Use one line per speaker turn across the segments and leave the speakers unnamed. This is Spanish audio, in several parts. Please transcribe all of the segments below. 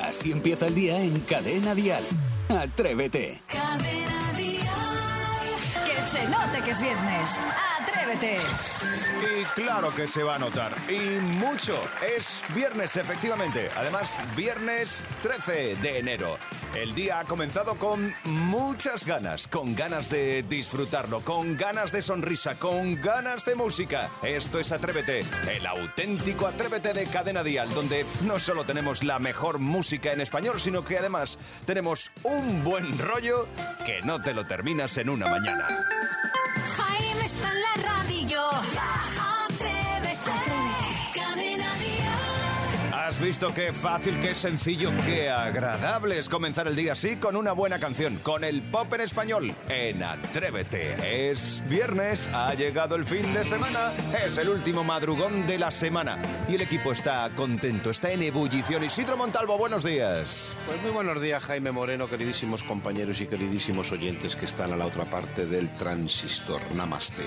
Así empieza el día en Cadena Dial. Atrévete.
Cadena Dial. Que se note que es viernes. Atrévete.
Y claro que se va a notar. Y mucho. Es viernes, efectivamente. Además, viernes 13 de enero. El día ha comenzado con muchas ganas, con ganas de disfrutarlo, con ganas de sonrisa, con ganas de música. Esto es Atrévete, el auténtico Atrévete de Cadena Dial, donde no solo tenemos la mejor música en español, sino que además tenemos un buen rollo que no te lo terminas en una mañana.
Jaime está en la radio. Atrévete. Cadena Dial.
Has visto qué fácil, qué sencillo, qué agradable es comenzar el día así con una buena canción, con el pop en español, en Atrévete. Es viernes, ha llegado el fin de semana, es el último madrugón de la semana y el equipo está contento, está en ebullición. Isidro Montalvo, buenos días.
Pues muy buenos días, Jaime Moreno, queridísimos compañeros y queridísimos oyentes que están a la otra parte del transistor. Namaste.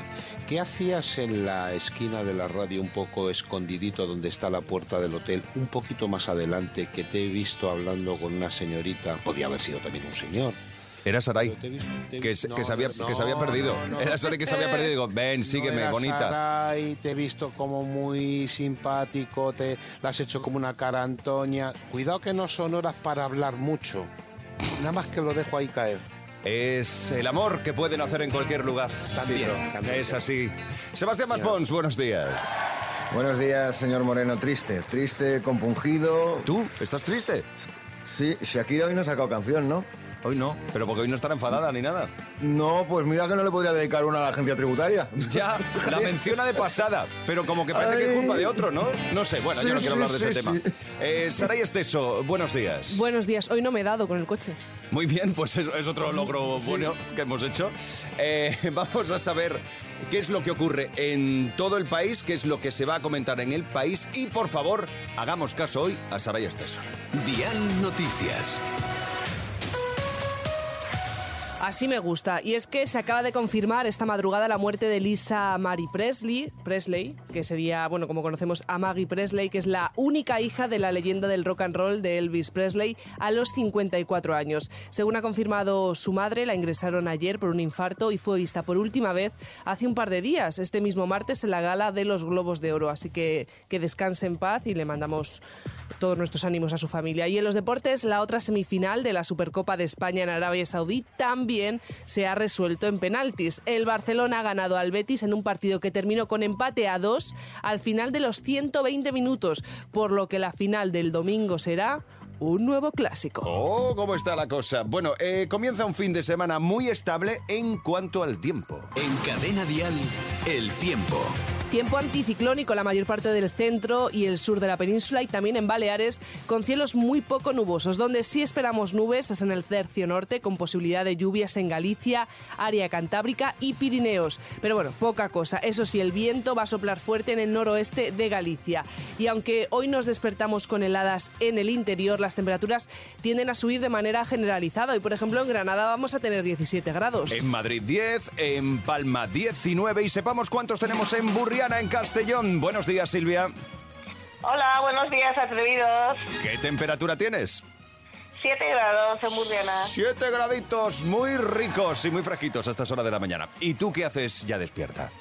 ¿Qué hacías en la esquina de la radio, un poco escondidito donde está la puerta del hotel, un poquito más adelante, que te he visto hablando con una señorita? Podía haber sido también un señor.
Era Saray,
Pero te he visto- te he
que,
visto-
se- que
no,
se había,
no,
que se había perdido.
no, Eh, no.
Era Saray que se había perdido. Digo, ven, sígueme, bonita.
Y te he visto como muy simpático, te la has hecho como una cara Antonia. Cuidado que no son horas para hablar mucho. Nada más que lo dejo ahí caer.
Es el amor que pueden hacer en cualquier lugar.
También, también.
Es así. Sebastián Maspons, buenos días.
Buenos días, señor Moreno. Triste, triste, compungido.
¿Tú? ¿Estás triste?
Sí, Shakira hoy no ha sacado canción, ¿no?
Hoy no, pero porque hoy no estará enfadada ni nada.
No, pues mira que no le podría dedicar una a la agencia tributaria.
Ya, la menciona de pasada, pero como que parece que es
Ay.
culpa de otro, ¿no? No sé, bueno,
Sí,
yo no quiero
sí,
hablar de ese
sí,
tema.
sí.
Eh, Saray Esteso, buenos días.
Buenos días, hoy no me he dado con el coche.
Muy bien, pues es, es otro logro bueno que hemos hecho. Eh, vamos a saber qué es lo que ocurre en todo el país, qué es lo que se va a comentar en el país y, por favor, hagamos caso hoy a Saray Esteso.
Dial Noticias.
Así me gusta. Y es que se acaba de confirmar esta madrugada la muerte de Lisa Mary Presley, Presley, que sería, bueno, como conocemos a Maggie Presley, que es la única hija de la leyenda del rock and roll de Elvis Presley, a los 54 años. Según ha confirmado su madre, la ingresaron ayer por un infarto y fue vista por última vez hace un par de días, este mismo martes, en la gala de los Globos de Oro. Así que que descanse en paz y le mandamos todos nuestros ánimos a su familia. Y en los deportes, la otra semifinal de la Supercopa de España en Arabia Saudí también se ha resuelto en penaltis. El Barcelona ha ganado al Betis en un partido que terminó con empate a dos al final de los 120 minutos, por lo que la final del domingo será un nuevo clásico.
Oh, ¿cómo está la cosa? Bueno, eh, comienza un fin de semana muy estable en cuanto al tiempo.
En Cadena Dial, el tiempo.
Tiempo anticiclónico en la mayor parte del centro y el sur de la península y también en Baleares con cielos muy poco nubosos. Donde sí esperamos nubes es en el tercio norte con posibilidad de lluvias en Galicia, área cantábrica y Pirineos. Pero bueno, poca cosa. Eso sí, el viento va a soplar fuerte en el noroeste de Galicia. Y aunque hoy nos despertamos con heladas en el interior, las temperaturas tienden a subir de manera generalizada. Hoy, por ejemplo, en Granada vamos a tener 17 grados.
En Madrid 10, en Palma 19 y sepamos cuántos tenemos en Burriana, en Castellón. Buenos días, Silvia.
Hola, buenos días, atrevidos.
¿Qué temperatura tienes?
7 grados en Murriana.
7 graditos, muy ricos y muy fresquitos a estas horas de la mañana. ¿Y tú qué haces ya despierta?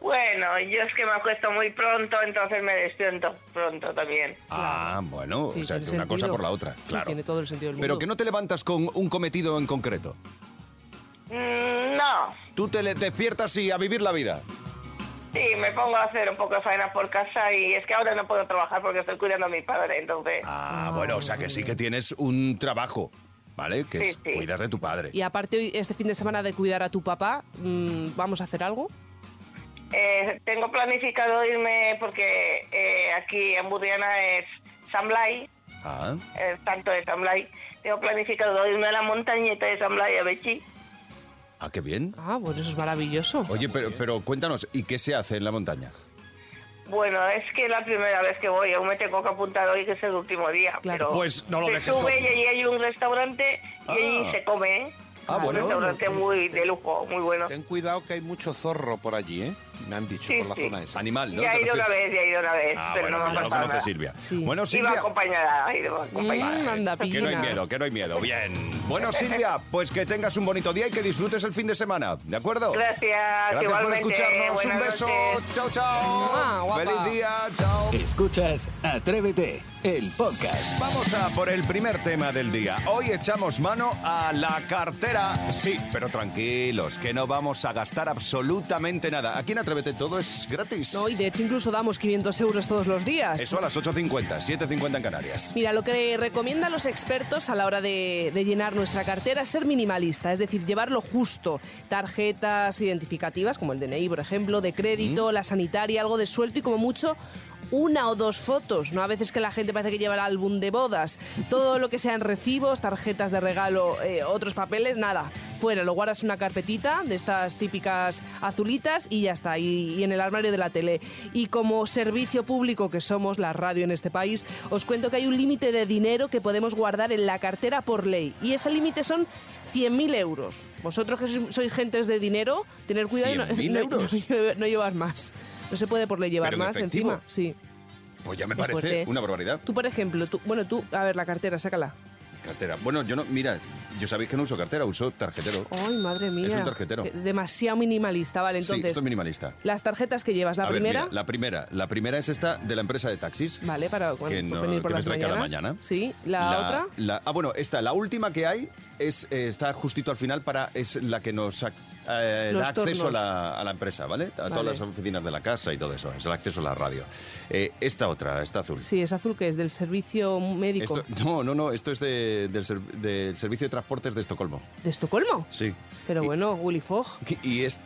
Bueno, yo es que me acuesto muy pronto, entonces me despierto pronto también.
Ah, bueno,
Sí,
o sea, que
tiene
una cosa
sentido.
por la otra,
Sí,
claro.
tiene todo el sentido del
Pero
mundo.
que no te levantas con un cometido en concreto.
Mm, no,
Tú te le- despiertas y a vivir la vida.
sí, me pongo a hacer un poco de faena por casa y es que ahora no puedo trabajar porque estoy cuidando a mi padre, entonces...
Ah, bueno, o sea que sí que tienes un trabajo, ¿vale? Que
Sí,
es
sí.
cuidar de tu padre.
Y aparte, hoy, este fin de semana de cuidar a tu papá, mm, ¿vamos a hacer algo?
eh, tengo planificado irme porque eh, aquí en Murriana es San Blay,
Ah,
el santo de San Blay. Tengo planificado irme a la montañeta de San Blay, a Bechi.
ah, qué bien.
Ah, bueno, eso es maravilloso.
Oye, pero, pero cuéntanos, ¿y qué se hace en la montaña?
Bueno, es que es la primera vez que voy, aún me tengo que apuntar hoy que es el último día.
Claro.
Pero
Pues no lo
se
dejes
sube
todo.
y allí hay un restaurante y
Ah.
allí se come. ¿eh?
Ah, bueno.
restaurante muy de lujo, muy bueno.
Ten cuidado que hay mucho zorro por allí, ¿eh? Me han dicho
Sí,
por la
sí.
zona esa.
Animal, ¿no?
ya
¿Te
he ido una
refieres?
vez, ya he ido una vez,
Ah,
pero
bueno,
no me
ya
ha
lo
pasado
conoce
nada.
Silvia.
Sí.
Bueno,
Iba
Silvia.
acompañada, iba acompañada.
Mm, anda,
que no hay
pillina.
miedo, que no hay miedo. Bien. Bueno, Silvia, pues que tengas un bonito día y que disfrutes el fin de semana. ¿De acuerdo?
Gracias,
Gracias por
igualmente.
escucharnos. Un
Buenas
beso.
noches.
Chao, chao.
Mua, guapa.
Feliz día. Chao.
Escuchas Atrévete, el podcast.
Vamos a por el primer tema del día. Hoy echamos mano a la cartera. Sí, pero tranquilos, que no vamos a gastar absolutamente nada. Aquí en Atrévete todo es gratis.
No, y de hecho incluso damos 500 euros todos los días.
Eso a las 8.50, 7.50 en Canarias.
Mira, lo que recomiendan los expertos a la hora de, de llenar nuestra cartera es ser minimalista, es decir, llevar lo justo. Tarjetas identificativas, como el DNI, por ejemplo, de crédito, la sanitaria, algo de suelto y como mucho una o dos fotos, ¿no? A veces que la gente parece que lleva el álbum de bodas. Todo lo que sean recibos, tarjetas de regalo, eh, otros papeles, nada. Fuera, lo guardas en una carpetita de estas típicas azulitas y ya está, y, y en el armario de la tele. Y como servicio público que somos, la radio en este país, os cuento que hay un límite de dinero que podemos guardar en la cartera por ley. Y ese límite son 100.000 euros. Vosotros que sois, sois gentes de dinero, tener cuidado y no,
100.000
no-
euros.
no lle- no llevar más. No se puede por ley llevar
Pero en
más
efectivo.
encima. Sí.
Pues ya me
Es
parece
fuerte.
una barbaridad.
Tú, por ejemplo, tú, bueno, tú, a ver, la cartera, sácala.
Cartera. Bueno, yo no, mira, yo sabéis que no uso cartera, uso tarjetero.
Ay, madre mía.
Es un tarjetero.
Eh, Demasiado minimalista, vale,
sí,
entonces.
esto es minimalista.
Las tarjetas que llevas, la
A ver,
primera,
mira, la primera. La primera es esta de la empresa de taxis.
vale, para cuando
que no-
pues venir por
que me
las
trae cada
mañanas.
mañana.
Sí, la, otra.
la- ah, bueno, esta, la última que hay es, eh, está justito al final para es la que nos ac- eh,
Los
da acceso a
tornos.
la, a la empresa, ¿vale? A todas
Vale.
las oficinas de la casa y todo eso, es el acceso a la radio. Eh, esta otra, esta azul.
Sí, es azul que es del servicio médico
Esto- no, no, no, esto es de- del, ser- del Servicio de Transportes de Estocolmo.
de Estocolmo.
Sí.
Pero
Y-
bueno, Oh, Willy Fogg.
Y es,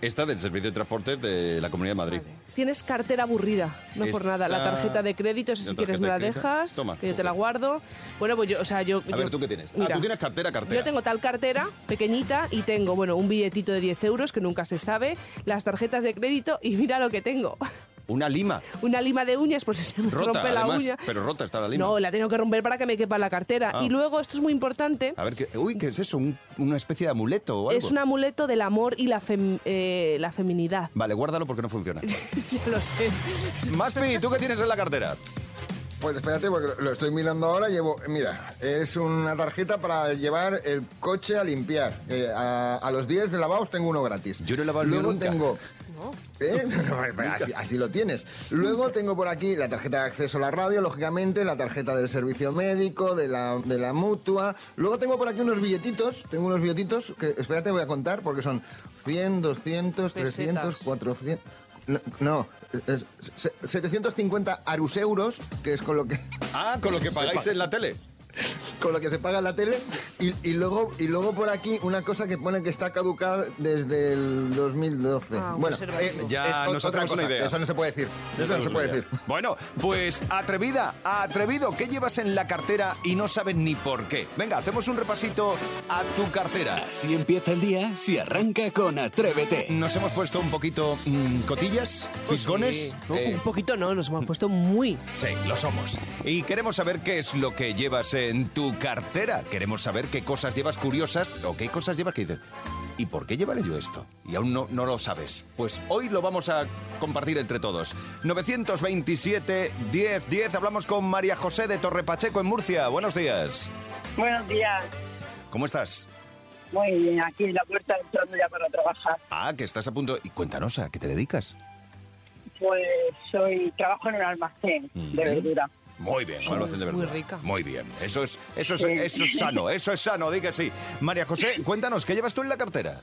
esta del Servicio de Transportes de la Comunidad de Madrid.
Vale. Tienes cartera aburrida, no por
Esta-
nada. La tarjeta de crédito, esa
La
si quieres me
tarjeta
la
de crédito.
dejas,
Toma,
que yo te la
coge.
guardo. Bueno, pues yo, o sea, yo...
A ver,
yo-
¿tú qué tienes? Ah,
Mira,
tú tienes cartera, cartera.
Yo tengo tal cartera, pequeñita, y tengo, bueno, un billetito de 10 euros, que nunca se sabe, las tarjetas de crédito, y mira lo que tengo.
Una lima.
Una lima de uñas, por si se me
Rota,
rompe la
además,
uña.
pero rota está la lima.
No, la tengo que romper para que me quepa la cartera.
Ah.
Y luego, esto es muy importante,
A ver, ¿qué, uy, ¿qué es eso? ¿Un- ¿Una especie de amuleto o algo?
es un amuleto del amor y la, fem- eh, la feminidad.
Vale, guárdalo porque no funciona.
ya lo sé.
Maspi, ¿tú qué tienes en la cartera?
Pues espérate, porque lo- lo estoy mirando ahora. Llevo, mira, es una tarjeta para llevar el coche a limpiar. Eh, a, a los 10 lavados tengo uno gratis.
Yo no he lavado el mío
Luego
nunca.
tengo. ¿Eh? así, así lo tienes. Luego tengo por aquí la tarjeta de acceso a la radio, lógicamente, la tarjeta del servicio médico, de la, de la mutua. Luego tengo por aquí unos billetitos, tengo unos billetitos que, espérate, voy a contar porque son 100, 200, 300,
Pesetas.
400... No, no, es- se- 750 arus euros, que es con lo que
Ah, con lo que pagáis en la tele.
con lo que se paga la tele y, y luego y luego por aquí una cosa que pone que está caducada desde el 2012.
Ah, un
bueno, eh,
preservativo.
eh, Ya
o-
nos hacemos una idea.
eso no se puede decir. Eso no se puede decir.
Bueno, pues atrevida, atrevido, ¿qué llevas en la cartera y no sabes ni por qué? Venga, hacemos un repasito a tu cartera.
Así empieza el día si arranca con Atrévete.
Nos hemos puesto un poquito mm, cotillas, fisgones.
Pues Sí. Uh. No,
eh,
Un poquito no, nos hemos puesto muy
Sí, lo somos. Y queremos saber qué es lo que llevas en tu cartera. Queremos saber qué cosas llevas curiosas o qué cosas llevas que dices, ¿y por qué llevaré yo esto? Y aún no, no lo sabes. Pues hoy lo vamos a compartir entre todos. 927 10 10. Hablamos con María José de Torrepacheco en Murcia. Buenos días.
Buenos días.
¿Cómo estás?
Muy bien, aquí en la puerta entrando ya para trabajar.
Ah, que estás a punto. Y cuéntanos, ¿a qué te dedicas?
Pues soy trabajo en un almacén de
Mm.
verdura.
Muy bien, valoración de
muy
verdura.
rica.
Muy bien. Eso es, eso es,
Sí.
eso es sano, eso es sano, di que sí. María José, cuéntanos, ¿qué llevas tú en la cartera?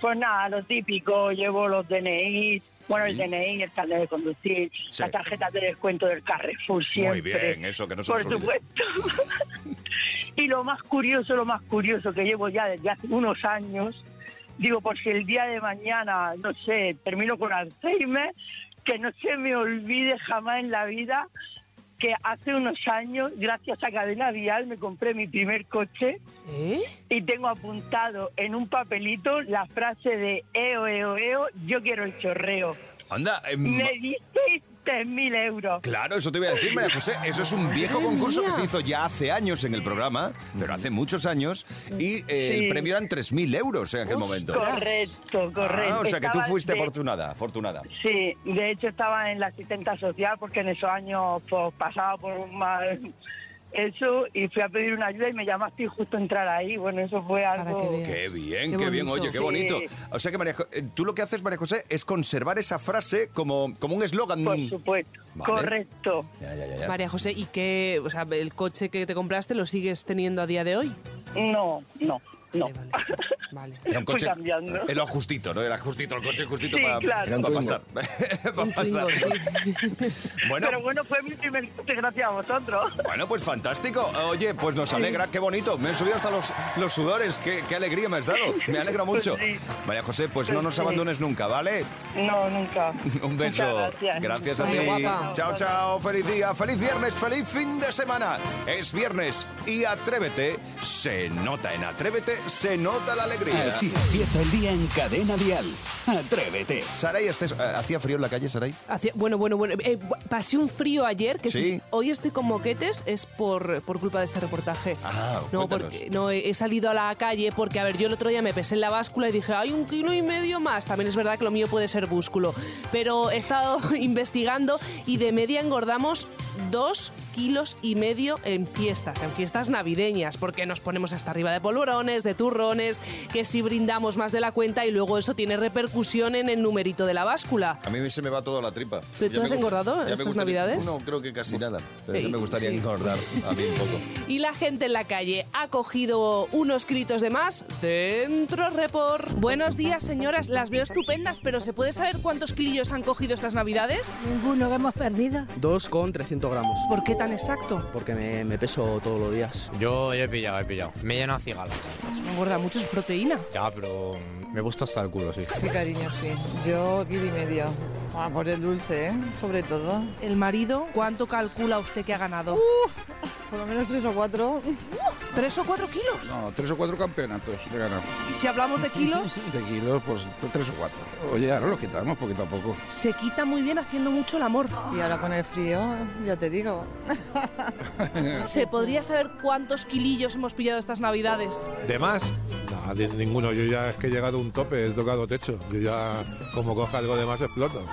Pues nada, lo típico, llevo los DNI, bueno, el DNI, el carnet de conducir,
Sí.
las tarjetas de descuento del Carrefour
Muy
siempre.
bien, eso que no se
Por
nos olvide.
supuesto. y lo más curioso, lo más curioso que llevo ya desde hace unos años, digo, por si el día de mañana, no sé, termino con Alzheimer, que no se me olvide jamás en la vida que hace unos años, gracias a Cadena Vial, me compré mi primer coche
¿Eh?
y tengo apuntado en un papelito la frase de eo, eo, eo, yo quiero el chorreo.
Anda, eh, ma-
Me disteis 3.000 euros.
Claro, eso te voy a decir, María José. Eso es un viejo concurso que se hizo ya hace años en el programa, pero hace muchos años, y eh, el
Sí.
premio eran 3.000 euros en aquel momento.
Correcto, correcto.
Ah, o sea que tú
Estaba
fuiste
de-
afortunada, afortunada.
Sí, de hecho estaba en la asistenta social porque en esos años pues, pasaba por un mal eso y fui a pedir una ayuda y me llamaste y justo entrar ahí. Bueno, eso fue
Para
algo...
que veas.
Qué bien, qué,
Qué
bien,
bonito.
oye, qué
Sí.
bonito. O sea que María Jo- eh, tú lo que haces, María José, es conservar esa frase como, como un eslogan.
Por supuesto,
Vale.
correcto.
Ya, ya, ya, ya.
María José, ¿y qué? O sea, ¿el coche que te compraste lo sigues teniendo a día de hoy?
No, no, no.
Vale, vale. vale.
Era un
Fui
coche.
cambiando.
Era justito, ¿no? Era justito el coche, justito
Sí,
para,
claro.
Era un
para
Twingo.
pasar. Para
Un Twingo,
pasar.
sí.
Bueno,
Pero bueno, fue mi primer coche gracias a vosotros.
Bueno, pues fantástico. Oye, pues nos alegra, qué bonito. Me han subido hasta los, los sudores, qué, qué alegría me has dado. Me alegra
Pues
mucho.
sí.
María José, pues,
Pues
no nos
sí.
abandones nunca, ¿vale?
No, nunca.
Un beso.
Muchas gracias.
a ti.
Ay, guapa.
Chao, chao. Feliz día, feliz viernes, feliz fin de semana. Es viernes y atrévete. Se nota en atrévete, se nota la alegría.
Así empieza el día en cadena dial. Atrévete.
Saray, ¿estés- eh, ¿hacía frío en la calle, Saray?
Hacía- bueno, bueno, bueno. Eh, bu- pasé un frío ayer, que
Sí.
si hoy estoy con moquetes, es por, por culpa de este reportaje.
Ah,
no,
cuéntanos.
porque no he he salido a la calle porque, a ver, yo el otro día me pesé en la báscula y dije, hay un kilo y medio más. También es verdad que lo mío puede ser búsculo. Pero he estado investigando y de media engordamos dos kilos y medio en fiestas, en fiestas navideñas, porque nos ponemos hasta arriba de polvorones, de turrones, que si brindamos más de la cuenta y luego eso tiene repercusión en el numerito de la báscula.
A mí se me va toda la tripa. Ya
¿Pero tú
me
has
gusta-
engordado
ya me
estas
gustaría-
navidades?
No, creo que casi nada. Pero sí
Sí,
me gustaría
sí.
engordar a mí un poco.
Y la gente en la calle ha cogido unos gritos de más. Dentro report. Buenos días, señoras. Las veo estupendas, pero ¿se puede saber cuántos kilillos han cogido estas navidades?
Ninguno que hemos perdido.
2,300 gramos.
¿Por qué tan exacto?
Porque me, me peso todos los días.
Yo, yo he pillado, he pillado. Me he llenado de cigalas.
Pues no engorda mucho, es proteína.
Ya, pero mm, me gusta hasta el culo, sí.
Sí, cariño, sí. Yo kilo y medio. A por el dulce, ¿eh? Sobre todo. Uh,
El marido, ¿cuánto calcula usted que ha ganado? Uh,
Por lo menos tres o cuatro.
¿Tres o cuatro kilos?
No, tres o cuatro campeonatos he ganado.
Y si hablamos de kilos,
De kilos, pues tres o cuatro. Oye, ahora lo quitamos porque tampoco.
se quita muy bien haciendo mucho el amor.
Y ahora con el frío, ya te digo.
¿Se podría saber cuántos kilillos hemos pillado estas navidades?
¿De más? No, de ninguno. Yo ya es que he llegado a un tope, he tocado techo. Yo ya, como coja algo de más, exploto.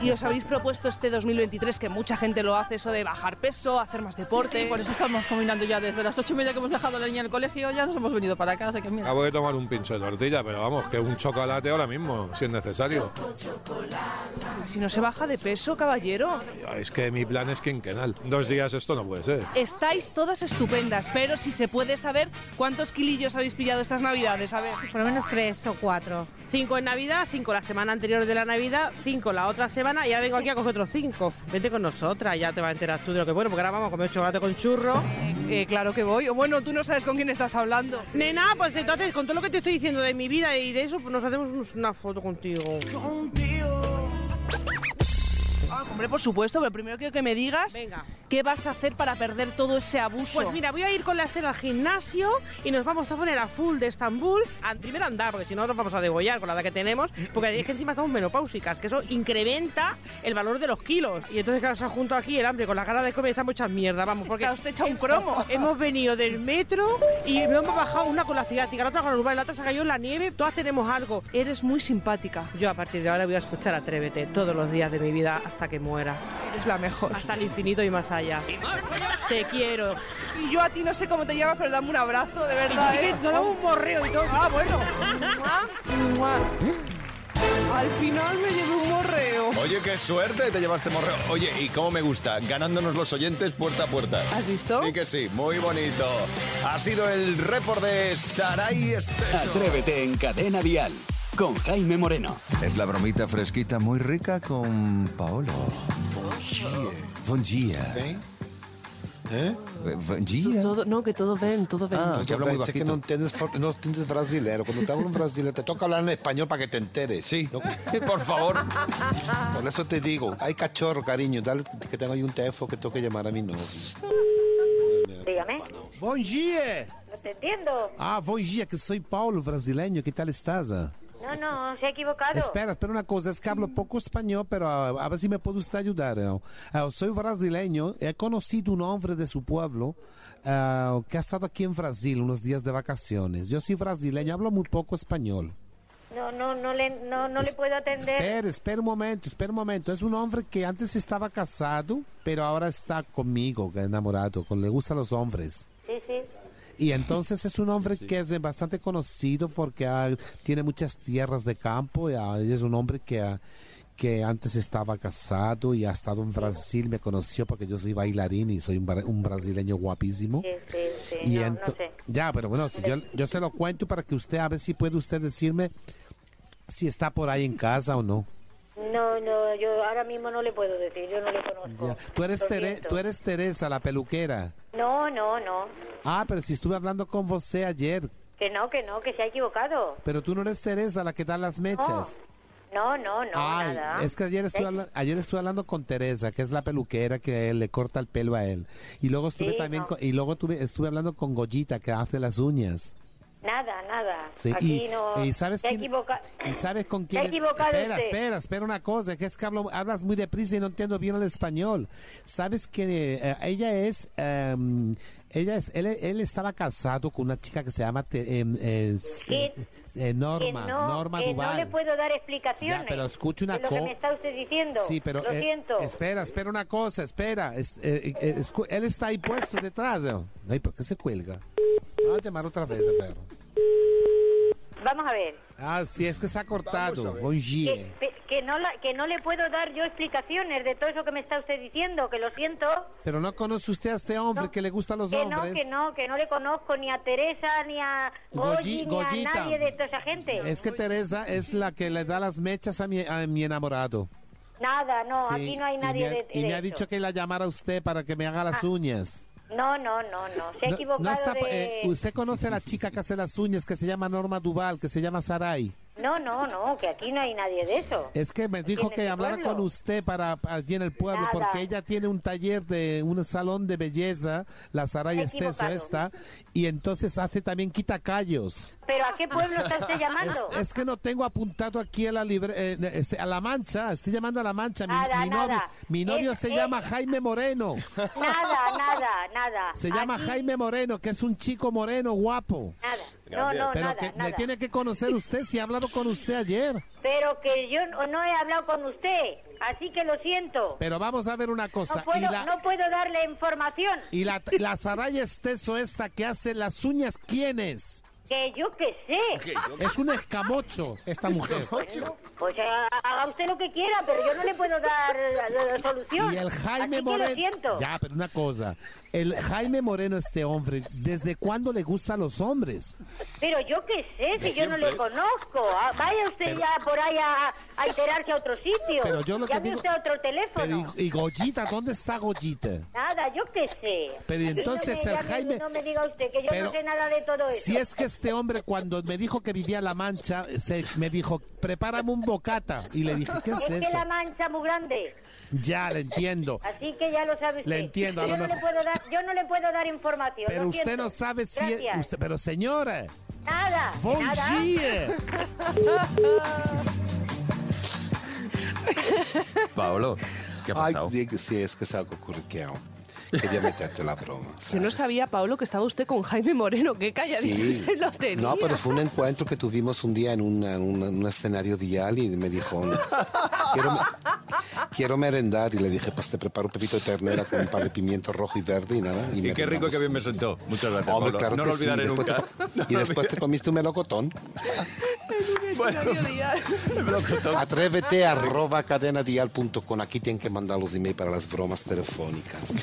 Y os habéis propuesto este 2023, que mucha gente lo hace, eso de bajar peso, hacer más deporte.
estamos combinando ya desde las ocho y media que hemos dejado a la niña en el colegio, ya nos hemos venido para casa, que mira.
Acabo de tomar un pincho de tortilla, pero vamos, que un chocolate ahora mismo, si es necesario.
Si no se baja de peso, caballero.
Es que mi plan es quinquenal. Dos días esto no puede ser.
Estáis todas estupendas, pero si se puede saber cuántos kilillos habéis pillado estas navidades, a ver.
Por lo menos tres o cuatro.
Cinco en Navidad, cinco la semana anterior de la Navidad, cinco la otra semana y ya vengo aquí a coger otros cinco. Vente con nosotras, ya te vas a enterar tú de lo que bueno, porque ahora vamos a comer chocolate con churro.
claro que voy. O bueno, tú no sabes con quién estás hablando.
Nena, pues entonces con todo lo que te estoy diciendo de mi vida y de eso, pues nos hacemos un- una foto contigo.
Hombre, por supuesto, pero primero quiero que Ah, me digas
Venga.
qué vas a hacer para perder todo ese abuso.
Pues mira, voy a ir con la estela al gimnasio y nos vamos a poner a full de Estambul al primer andar, porque si no nos vamos a degollar con la edad que tenemos, porque es que encima estamos menopáusicas, que eso incrementa el valor de los kilos. Y entonces, claro, se ha juntado aquí el hambre con las ganas de comer, está mucha mierda, vamos, porque
Está usted hecha un cromo.
hemos venido del metro y nos hemos bajado una con la cigática, la otra con la urbana, la otra se ha caído en la nieve, todas tenemos algo.
Eres muy simpática.
Yo a partir de ahora voy a escuchar Atrévete todos los días de mi vida hasta que muera,
Eres la mejor.
hasta el infinito y más allá. Te quiero.
Y yo a ti no sé cómo te llamas, pero dame un abrazo, de verdad, ¿eh?
Nos damos un morreo y todo.
Ah, bueno. Mua, mua. Al final me llevé un morreo.
Oye, qué suerte te llevaste morreo. Oye, y cómo me gusta, ganándonos los oyentes puerta a puerta.
¿Has visto?
Y que sí, muy bonito. Ha sido el report de Saray Esteso.
Atrévete en cadena dial. Con Jaime Moreno.
Es la bromita fresquita muy rica con Paolo. Buen día.
¿Eh? ¿Eh?
Buen día.
Todo- no, que todo ven, todo ven.
Ah, que habla muy
Es que no
bajito.
entiendes, no entiendes brasilero. Cuando te hablo en brasilero, te toca hablar en español para que te enteres.
Sí,
No,
por favor.
Por eso te digo, hay cachorro, cariño. Dale que tengo ahí un teléfono que tengo que llamar a mi novio.
Dígame.
Bom dia!
No te entiendo.
Ah, bom dia, que soy Paulo, brasileño. ¿Qué tal estás?
No,
No, no, se ha equivocado.
Espera, espera una cosa, es que hablo poco español, pero ah, a, a ver si me puede usted ayudar. eh. Eh, soy brasileño, he conocido un hombre de su pueblo eh, que ha estado aquí en Brasil unos días de vacaciones. Yo soy brasileño, hablo muy poco español.
No, no, no le, no, no le puedo atender.
Espera, espera un momento, espera un momento. Es un hombre que antes estaba casado, pero ahora está conmigo, que enamorado, con le gustan los hombres.
Sí, sí.
Y entonces es un hombre que es eh, bastante conocido porque ah, tiene muchas tierras de campo y ah, es un hombre que, ah, que antes estaba casado y ha estado en Brasil, me conoció porque yo soy bailarín y soy un, bra- un brasileño guapísimo.
Sí, sí,
Y
Este, no,
ento-
no sé.
Ya, pero bueno, si yo, yo se lo cuento para que usted, a ver si puede usted decirme si está por ahí en casa o no.
No, no, yo ahora mismo no le puedo decir, yo no le conozco.
Ya. Tú, eres
Lo
Tere-
siento.
tú eres Teresa, la peluquera.
No, no, no.
Ah, pero si estuve hablando con usted ayer,
Que no, que no, que se ha equivocado.
pero tú no eres Teresa, la que da las mechas.
No, no, no,
Ay,
nada.
es que ayer estuve, habla- ayer estuve hablando con Teresa, que es la peluquera que le corta el pelo a él. Y luego estuve
Sí,
también
no.
con- y luego tuve, estuve hablando con Goyita, que hace las uñas.
Nada, nada.
Sí,
Aquí
y-
no.
y ¿sabes
se ha
quién-
equivoca-
¿Y sabes con
Se ha
quién?
equivocado
espera,
usted.
espera, espera una cosa, que es que hablo- hablas muy deprisa y no entiendo bien el español. Sabes que eh, ella es, em, ella es, él, él estaba casado con una chica que se llama te- em, eh,
Que-
eh,
que
Norma,
no,
Norma
que no
Duval.
le puedo dar explicaciones.
Ya, pero escuche una
de lo que
co-
me está usted diciendo.
Sí, pero
Lo
eh,
siento.
espera, espera una cosa, espera. Es- eh, eh, escu- él está ahí puesto detrás. ¿no? Ay, ¿por qué se cuelga? Vamos a llamar otra vez, perro.
Vamos a ver.
Ah, sí, es que se ha
Vamos a
cortado.
ver.
Bon dia.
Que, pe- que no la- que no le puedo dar yo explicaciones de todo eso que me está usted diciendo, que lo siento.
Pero no conoce usted a este hombre que le gusta a los
que
hombres.
no, que no, que no le conozco ni a Teresa, ni a Goyi,
Golli-
ni
Gollita.
a nadie de toda esa gente.
Es que Teresa es la que le da las mechas a mi, a mi enamorado.
Nada, no,
Sí,
aquí no hay nadie
y me ha,
de,
y
de
me ha
eso.
dicho que la llamara a usted para que me haga las uñas.
No, no, no, no, se ha
No- no
equivocado
está-
de...
eh, usted conoce a la chica que hace las uñas, que se llama Norma Duval, que se llama Sarai.
No, no, no, que aquí no hay nadie de eso.
Es que me dijo
en
que
este
hablara
pueblo.
con usted para allí en el pueblo,
Nada.
porque ella tiene un taller de un salón de belleza, la Saray
Me he
Esteso
equivocado.
esta, y entonces hace también quitacayos.
¿Pero a qué pueblo está usted llamando?
Es, es que no tengo apuntado aquí a la libre, eh, este, a la Mancha, estoy llamando a la Mancha. Mi,
Nada,
mi novio,
nada.
mi novio
Es-
se
es-
llama Jaime Moreno.
Nada, nada, nada.
Se llama
Aquí-
Jaime Moreno, que es un chico moreno guapo.
No, no,
Pero
nada,
que me
nada.
tiene que conocer usted si he hablado con usted ayer.
Pero que yo no no he hablado con usted, así que lo siento.
Pero vamos a ver una cosa.
No puedo,
y la,
no puedo darle información.
y la, y la Saray Esteso esta que hace las uñas, ¿quién es?
Que yo qué sé.
Es un escamocho esta mujer.
Pues eh, haga usted lo que quiera, pero yo no le puedo dar la, la- la solución.
Y el
Así
Jaime
que
Moreno.
lo siento.
Ya, pero una cosa. El Jaime Moreno, este hombre, ¿desde cuándo le gusta a los hombres?
Pero yo qué sé, si
De
yo no
siempre.
le conozco. Ah, Vaya usted
Pero-
ya por ahí a, a enterarse a otro sitio.
Pero yo lo que
Llame
digo-
usted a otro
Pero,
teléfono.
y, y Goyita, ¿dónde está Goyita?
Nada, yo qué sé.
Pero y
A mí no
entonces
me
el
llame-
Jaime-
No me diga usted que yo
Pero-
no sé nada de todo eso.
Si es que este hombre cuando me dijo que vivía en La Mancha, se, me dijo, prepárame un bocata. Y le dije, ¿qué es
que
eso?
la mancha muy grande.
Ya, le entiendo.
Así que ya lo sabe usted.
Le entiendo, a
Yo
lo
no, le
mejor.
puedo dar, yo no le puedo dar información.
Pero
lo
usted
siento.
no sabe si... es-
Gracias.
usted- pero señora,
Nada.
bon
nada.
dia.
Pablo, ¿qué ha
pasado? Ay, que sí, es que se ha ocurrido. Quería meterte la broma.
Yo no sabía, Pablo, que estaba usted con Jaime Moreno. Qué calladito
Sí.
se lo tenía.
No, pero fue un encuentro que tuvimos un día en una- una- un escenario dial y me dijo, quiero, quiero merendar. Y le dije, pues te preparo un pepito de ternera con un par de pimiento rojo y verde y nada.
Y qué rico
merendamos.
que bien me sentó. Muchas gracias,
Hombre,
Pablo.
claro
no
que
lo
sí,
olvidaré
después te-
nunca.
y después te comiste un melocotón. Atrévete arroba cadenadial.com. Aquí tienen que mandar los emails para las bromas telefónicas.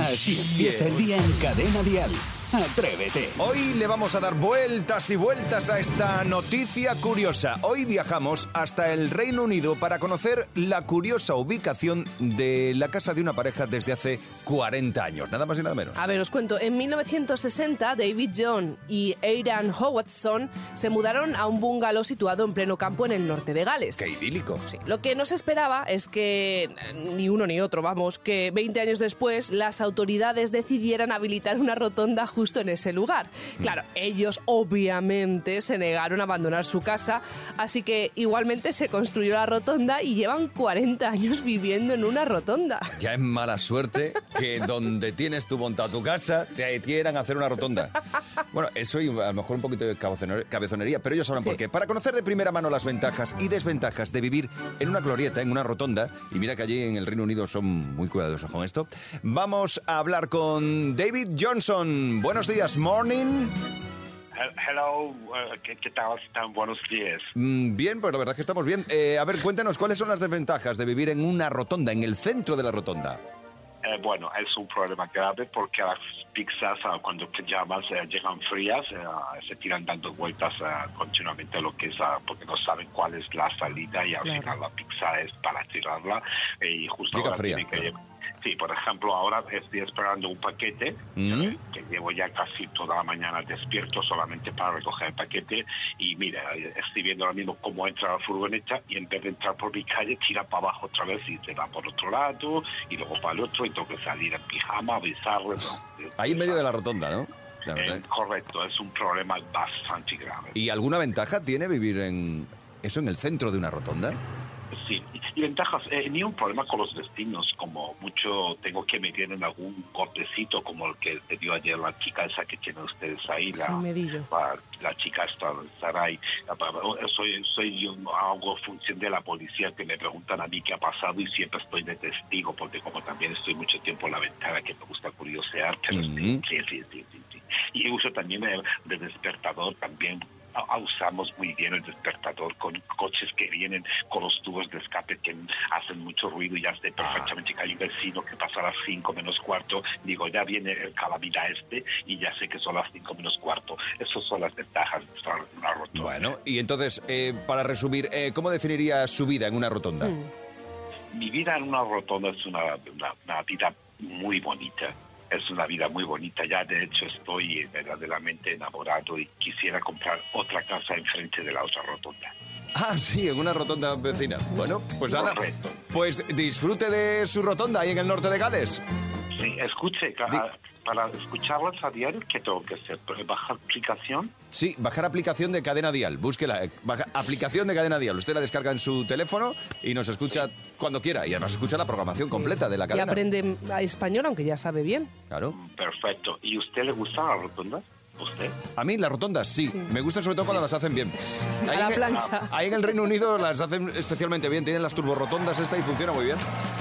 Así empieza el día en Cadena Dial. Atrévete.
Hoy le vamos a dar vueltas y vueltas a esta noticia curiosa. Hoy viajamos hasta el Reino Unido para conocer la curiosa ubicación de la casa de una pareja desde hace 40 años, nada más y nada menos.
A ver, os cuento. En 1960, David John y Aidan Howardson se mudaron a un bungalow situado en pleno campo en el norte de Gales.
Qué idílico.
Lo que no se esperaba es que eh, ni uno ni otro, vamos, que 20 años después las autoridades decidieran habilitar una rotonda justo en ese lugar.
Mm.
Claro, ellos obviamente se negaron a abandonar su casa, así que igualmente se construyó la rotonda y llevan 40 años viviendo en una rotonda.
Ya es mala suerte que donde tienes tu monta tu casa te quieran hacer una rotonda. Bueno, eso y a lo mejor un poquito de cabezoner- cabezonería, pero ellos sabrán por qué. Para conocer de primera mano las ventajas y desventajas de vivir en una glorieta, en una rotonda, y mira que allí en el Reino Unido son muy cuidadosos con esto, vamos a hablar con David Johnson. Buenos días, morning.
He- Hello, eh, ¿qué, qué tal? Tan buenos días.
Mm, Bien, pues la verdad es que estamos bien. Eh, a ver, cuéntanos, ¿cuáles son las desventajas de vivir en una rotonda, en el centro de la rotonda?
Eh, bueno, es un problema grave porque las pizzas ah, cuando te llamas eh, llegan frías, eh, se tiran dando vueltas eh, continuamente lo que es ah, porque no saben cuál es la salida y al
Claro.
final la pizza es para tirarla eh, y justo
Llega
ahora
fría,
tienen que llevar- Sí, por ejemplo, ahora estoy esperando un paquete
嗯
que llevo ya casi toda la mañana despierto solamente para recoger el paquete y mira, estoy viendo ahora mismo cómo entra la furgoneta y en vez de entrar por mi calle tira para abajo otra vez y se va por otro lado y luego para el otro y tengo que salir en pijama, avisarle. ¿no?
Ahí en medio de la rotonda, ¿no? La verdad.
Eh, correcto, es un problema bastante grave.
¿Y alguna ventaja tiene vivir en eso en el centro de una rotonda?
Sí, y ventajas, eh, ni un problema con los vecinos, como mucho tengo que meter en algún golpecito como el que te dio ayer la chica esa que tienen ustedes ahí, la,
Sin medillo.
la, la chica esta, Saray. oh, Soy, soy yo, hago función de la policía que me preguntan a mí qué ha pasado y siempre estoy de testigo, porque como también estoy mucho tiempo en la ventana, que me gusta curiosear, pero sí, sí, sí, sí, sí, sí. Y uso también eh, de despertador también a- a- usamos muy bien el despertador con coches que vienen con los tubos de escape que hacen mucho ruido y ya sé perfectamente que hay un vecino que pasa a las 5 menos cuarto. Digo, ya viene el calamidad este y ya sé que son las 5 menos cuarto. Esas son las ventajas de estar en una rotonda.
Bueno, y entonces, eh, para resumir, eh, ¿cómo definiría su vida en una rotonda?
Mi vida en una rotonda es una, una- una vida muy bonita. Es una vida muy bonita. Ya de hecho estoy verdaderamente enamorado y quisiera comprar otra casa enfrente de la otra rotonda.
Ah, sí, en una rotonda vecina. Bueno, pues nada. Pues disfrute de su rotonda ahí en el norte de Gales.
Sí, escuche, ca- para escucharlas a diario, ¿qué tengo que hacer? Pues ¿Bajar aplicación?
Sí, bajar aplicación de cadena dial. Búsquela. eh, baja- aplicación de cadena dial. Usted la descarga en su teléfono y nos escucha cuando quiera. Y además escucha la programación completa de la
Y
cadena.
aprende a español, aunque ya sabe bien.
Claro.
Perfecto. ¿Y usted le gusta la rotonda? ¿Usted?
A mí las rotondas sí. Me gustan sobre todo cuando las hacen bien.
A la
en-
plancha.
ahí en el Reino Unido las hacen especialmente bien. Tienen las turborotondas esta y funciona muy bien.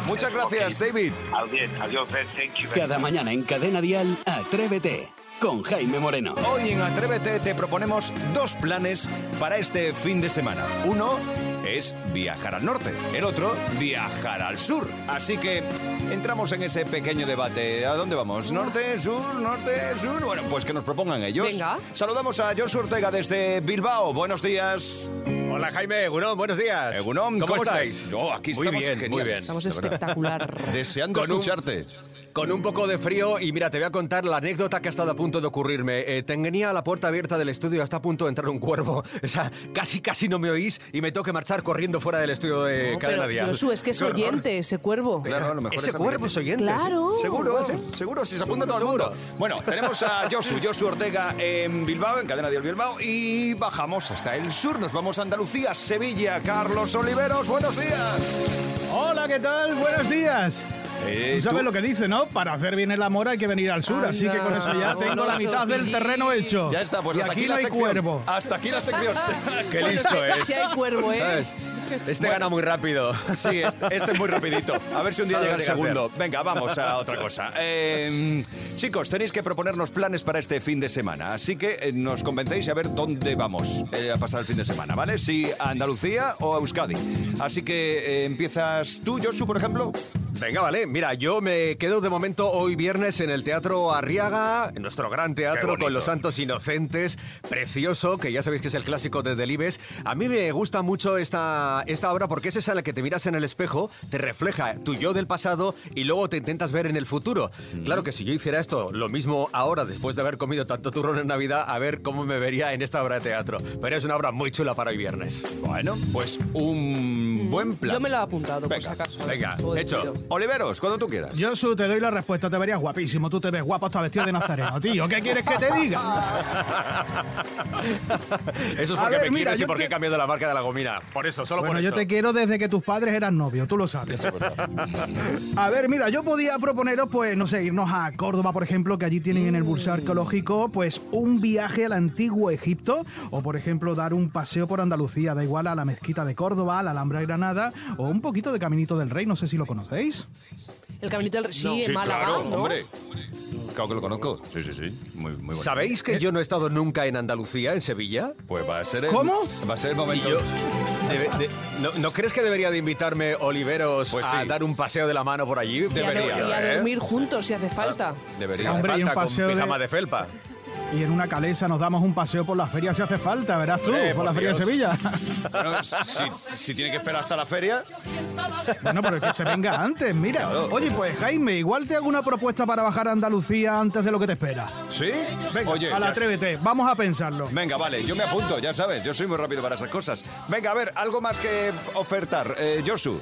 Muchas gracias, David.
Adiós, adiós, eh. thank you.
Cada mañana en Cadena Dial, Atrévete con Jaime Moreno.
Hoy en Atrévete te proponemos dos planes para este fin de semana. Uno es viajar al norte, el otro viajar al sur. Así que entramos en ese pequeño debate. ¿A dónde vamos? ¿Norte, sur, norte, sur? Bueno, pues que nos propongan ellos.
Venga.
Saludamos a Josu Ortega desde Bilbao. Buenos días.
Hola Jaime, Egunon, buenos días.
Egunon, ¿cómo, estáis? No, aquí
muy
estamos
bien, muy
geniales,
bien.
de verdad. Deseando
Con un-
escucharte.
Con un poco de frío y mira, te voy a contar la anécdota que ha estado a punto de ocurrirme. Eh, tenía la puerta abierta del estudio y hasta a punto de entrar un cuervo. O sea, casi casi no me oís y me tengo que marchar corriendo fuera del estudio de
No,
Cadena
pero
Dial.
Josu, es que es
Qué horror.
oyente ese cuervo.
Claro, a lo mejor Ese es cuervo oyente. es oyente,
Claro.
Seguro, ¿eh? seguro, si se apunta todo el mundo. Bueno, tenemos a Josu, Josu Ortega en Bilbao, en Cadena Dial Bilbao, y bajamos hasta el sur. Nos vamos a Andalucía, Sevilla. Carlos Oliveros, buenos días.
Hola, ¿qué tal? Buenos días.
Eh,
Tú sabes
tú-
lo que dice, ¿no? Para hacer bien el amor hay que venir al sur, así que con eso ya
Anda,
tengo la
goloso,
mitad del
Guillín.
terreno hecho.
Ya está, pues
y
hasta aquí,
aquí,
la
no hay
sección. Ah.
cuervo.
Hasta aquí la sección.
Qué listo es.
¿eh?
¿Sabes? Este gana muy rápido.
Sí, este, este es muy rapidito. A ver si un día
Sabe
llega el
lo que hacer.
segundo. Venga, vamos a otra cosa. Eh, chicos, tenéis que proponernos planes para este fin de semana. Así que eh, nos convencéis a ver dónde vamos eh, a pasar el fin de semana, ¿vale? Si a Andalucía o a Euskadi. Así que eh, empiezas tú, Josu, por ejemplo.
Venga, vale. Mira, yo me quedo de momento hoy viernes en el Teatro Arriaga, en nuestro gran teatro con los Santos Inocentes, precioso, que ya sabéis que es el clásico de Delibes. A mí me gusta mucho esta, esta obra porque es esa en la que te miras en el espejo, te refleja tu yo del pasado y luego te intentas ver en el futuro. Claro que si yo hiciera esto lo mismo ahora, después de haber comido tanto turrón en Navidad, a ver cómo me vería en esta obra de teatro. Pero es una obra muy chula para hoy viernes.
Bueno, pues un Buen plan.
Mm, Yo me lo he apuntado, por si
Venga,
acaso. ¿eh?
venga,
Joder,
hecho. Oliveros, cuando tú quieras.
Josu, te doy la respuesta. Te verías guapísimo. Tú te ves guapo hasta vestido de nazareno, tío. ¿Qué quieres que te
Ah,
diga?
Eso es
A
porque
ver,
me
mira,
quieres y
yo
porque he cambiado la marca de la gomina. Por eso, solo
Bueno,
por
yo
eso.
te quiero desde que tus padres eran novios, tú lo sabes. A ver, mira, yo podía proponeros, pues, no sé, irnos a Córdoba, por ejemplo, que allí tienen en el Burseo Arqueológico, pues, un viaje al antiguo Egipto, o, por ejemplo, dar un paseo por Andalucía, da igual a la Mezquita de Córdoba, a la Alhambra de Granada, o un poquito de Caminito del Rey, no sé si lo conocéis.
El caminito del... Sí,
No.
en
Sí,
Málaga,
claro,
¿no?
Hombre, claro que lo conozco. Sí, sí, sí. Muy, muy bueno.
¿Sabéis
Eh.
que yo no he estado nunca en Andalucía, en Sevilla?
Pues va a ser el,
¿Cómo?
Va a ser el momento.
Y yo- Debe- de- ¿no, no crees que debería de invitarme Oliveros
Pues
a dar un paseo de la mano por allí?
Y a, do- y a
¿eh?
dormir juntos si hace falta.
Debería.
Sí, hombre, y un
Falta
paseo de-
con pijama de, felpa.
Y en una calesa nos damos un paseo por la feria si hace falta, verás tú,
Hombre,
por la
Eh, por
feria de
Dios.
Sevilla.
Bueno, si, si tiene que esperar hasta la feria.
Bueno, pero que se venga antes, mira. Oye, pues Jaime, igual te hago una propuesta para bajar a Andalucía antes de lo que te espera.
¿Sí?
Venga,
Oye,
a la
ya-
atrévete, vamos a pensarlo.
Venga, vale, yo me apunto, ya sabes, yo soy muy rápido para esas cosas. Venga, a ver, algo más que ofertar, eh, Josu.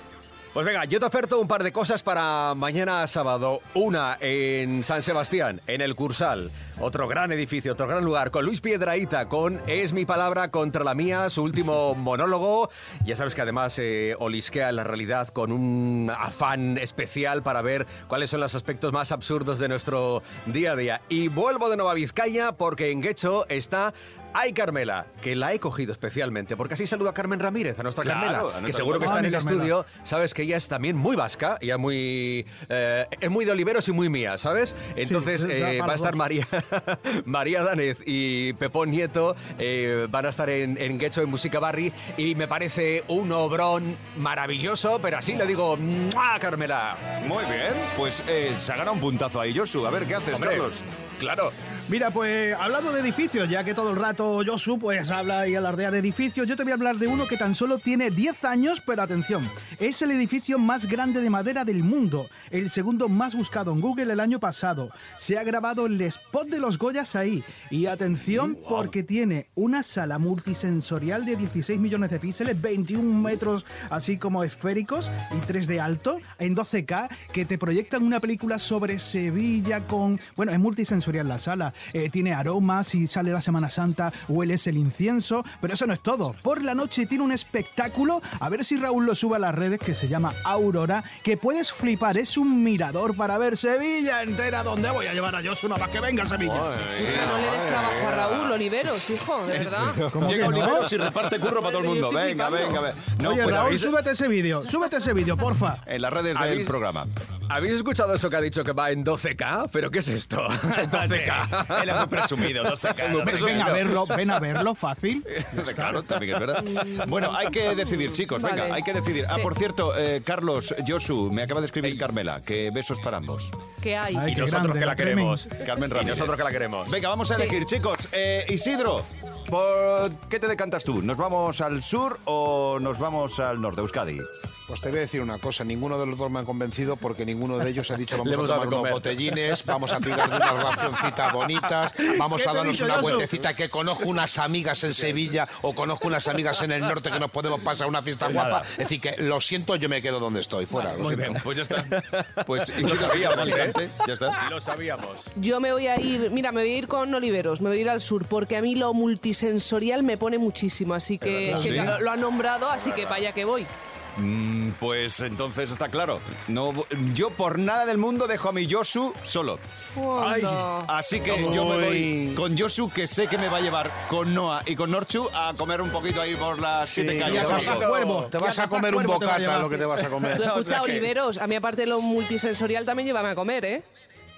Pues venga, yo te oferto un par de cosas para mañana sábado. Una en San Sebastián, en el Cursal. Otro gran edificio, otro gran lugar. Con Luis Piedraíta, con Es mi palabra contra la mía, su último monólogo. Ya sabes que además eh, olisquea la realidad con un afán especial para ver cuáles son los aspectos más absurdos de nuestro día a día. Y vuelvo de Nueva Vizcaya porque en Guecho está... Ay, Carmela, que la he cogido especialmente, porque así saluda a Carmen Ramírez, a nuestra
Claro, a
Carmela,
nuestra
que seguro que está
Carmela.
en el
Ah, mi Carmela.
estudio sabes que ella es también muy vasca, ella muy eh, es muy de Oliveros y muy mía, ¿sabes? Entonces
da
eh,
para
va a
los
estar
dos.
María María Danez y Pepón Nieto eh, van a estar en, en Guecho en Música Barri y me parece un obrón maravilloso, pero así le digo, ¡mua, Carmela!
Muy bien, pues eh, se ha ganado un puntazo ahí, Josu. A ver, ¿qué haces,
Hombre,
Carlos?
Claro.
Mira, pues hablando de edificios, ya que todo el rato Josu pues habla y alardea de edificios, yo te voy a hablar de uno que tan solo tiene 10 años, pero atención, es el edificio más grande de madera del mundo, el segundo más buscado en Google el año pasado. Se ha grabado el spot de los Goyas ahí. Y atención porque tiene una sala multisensorial de 16 millones de píxeles, 21 metros así como esféricos y 3 de alto en 12K que te proyectan una película sobre Sevilla con... Bueno, es multisensorial la sala. Eh, tiene aromas y sale la Semana Santa, hueles el incienso, pero eso no es todo. Por la noche tiene un espectáculo, a ver si Raúl lo sube a las redes, que se llama Aurora, que puedes flipar. Es un mirador para ver Sevilla entera. ¿Dónde voy a llevar a Josu? Nada más que venga a Sevilla.
No le des trabajo a Raúl, Oliveros, hijo, de verdad.
Llega
Este, que no?
Oliveros y reparte curro para todo el
Yo
mundo.
estoy
Venga, venga,
flipando.
venga. No,
Oye,
pues
Raúl,
habéis-
súbete ese vídeo, súbete ese vídeo, porfa.
en las redes del
¿Habéis-
programa.
¿Habéis escuchado eso que ha dicho que va en 12K? ¿Pero qué es esto? 12K.
Él es muy presumido, 12K.
Muy
Ven, ven a
presumido.
verlo, ven a verlo, fácil.
Claro, también es verdad. Bueno, hay que decidir, chicos,
Vale.
venga, hay que decidir. Ah,
Mm. Sí.
por cierto, eh, Carlos, Josu, me acaba de escribir Carmela, que besos para ambos.
¿Qué hay?
y nosotros que la queremos.
Carmen Ramírez. nosotros que la queremos.
Venga, vamos a
Sí.
elegir, chicos. Eh, Isidro, ¿por qué te decantas tú? ¿Nos vamos al sur o nos vamos al norte, Euskadi?
Pues te voy a decir una cosa, ninguno de los dos me han convencido porque ninguno de ellos ha dicho vamos a
Le hemos
tomar
dado de
unos
comer.
botellines, vamos a tirar de unas racioncitas bonitas, vamos
¿Qué
a
te he
darnos
dicho,
una
Josu?
vueltecita que conozco unas amigas en Sevilla o conozco unas amigas en el norte que nos podemos pasar una fiesta
Pues nada.
guapa. Es decir, que lo siento, yo me quedo donde estoy, fuera. lo
Muy
siento.
bien, pues ya está. Pues
Lo
Isidro, se queda en
sabíamos, ¿eh?
Alicante, ya está.
Lo sabíamos.
Yo me voy a ir, mira, me voy a ir con Oliveros, me voy a ir al sur, porque a mí lo multisensorial me pone muchísimo, así que,
verdad.
que
Sí.
lo, lo ha nombrado, así que vaya que voy.
Mm, pues entonces está claro. No, yo por nada del mundo dejo a mi Josu solo.
Anda.
Así que yo me voy con Josu, que sé que me va a llevar con Noah y con Norchu a comer un poquito ahí por las siete
y a
calles.
cazar
Josu.
cuervo, Te y a vas a cazar comer un cuervo te va a bocata, llevar. lo que te vas a comer.
Tú
O
escucha,
sea que-
Oliveros, a mí aparte de lo multisensorial también llévame a comer, ¿eh?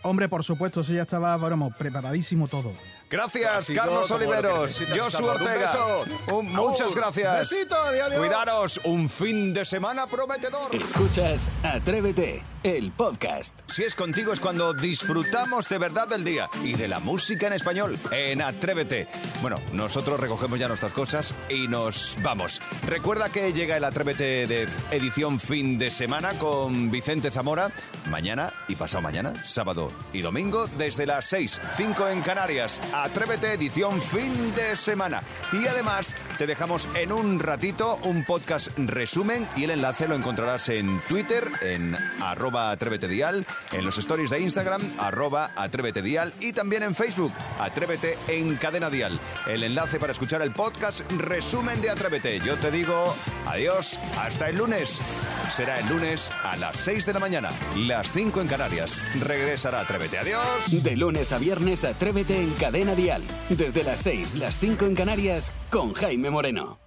Hombre, por supuesto, eso ya estaba, vamos, preparadísimo todo.
Gracias,
sido
Carlos
como lo que
Oliveros,
necesitas,
Josu
Salvador. Un
Ortega.
beso.
Un- muchas
Agur.
gracias.
Besito, adiós, adiós.
Cuidaros, un fin de semana prometedor.
Escuchas Atrévete, el podcast.
Si es contigo es cuando disfrutamos de verdad del día y de la música en español en Atrévete. Bueno, nosotros recogemos ya nuestras cosas y nos vamos. Recuerda que llega el Atrévete de edición fin de semana con Vicente Zamora mañana y pasado mañana, sábado y domingo desde las 6, 5 en Canarias. Atrévete edición fin de semana. Y además Te dejamos en un ratito un podcast resumen y el enlace lo encontrarás en Twitter, en arroba Atrévete Dial, en los stories de Instagram, arroba Atrévete Dial y también en Facebook, Atrévete en Cadena Dial. El enlace para escuchar el podcast resumen de Atrévete. Yo te digo adiós, hasta el lunes. Será el lunes a las 6 de la mañana, las 5 en Canarias. Regresará Atrévete. Adiós.
De lunes a viernes, atrévete en Cadena Dial. Desde las 6, las 5 en Canarias, con Jaime Moreno.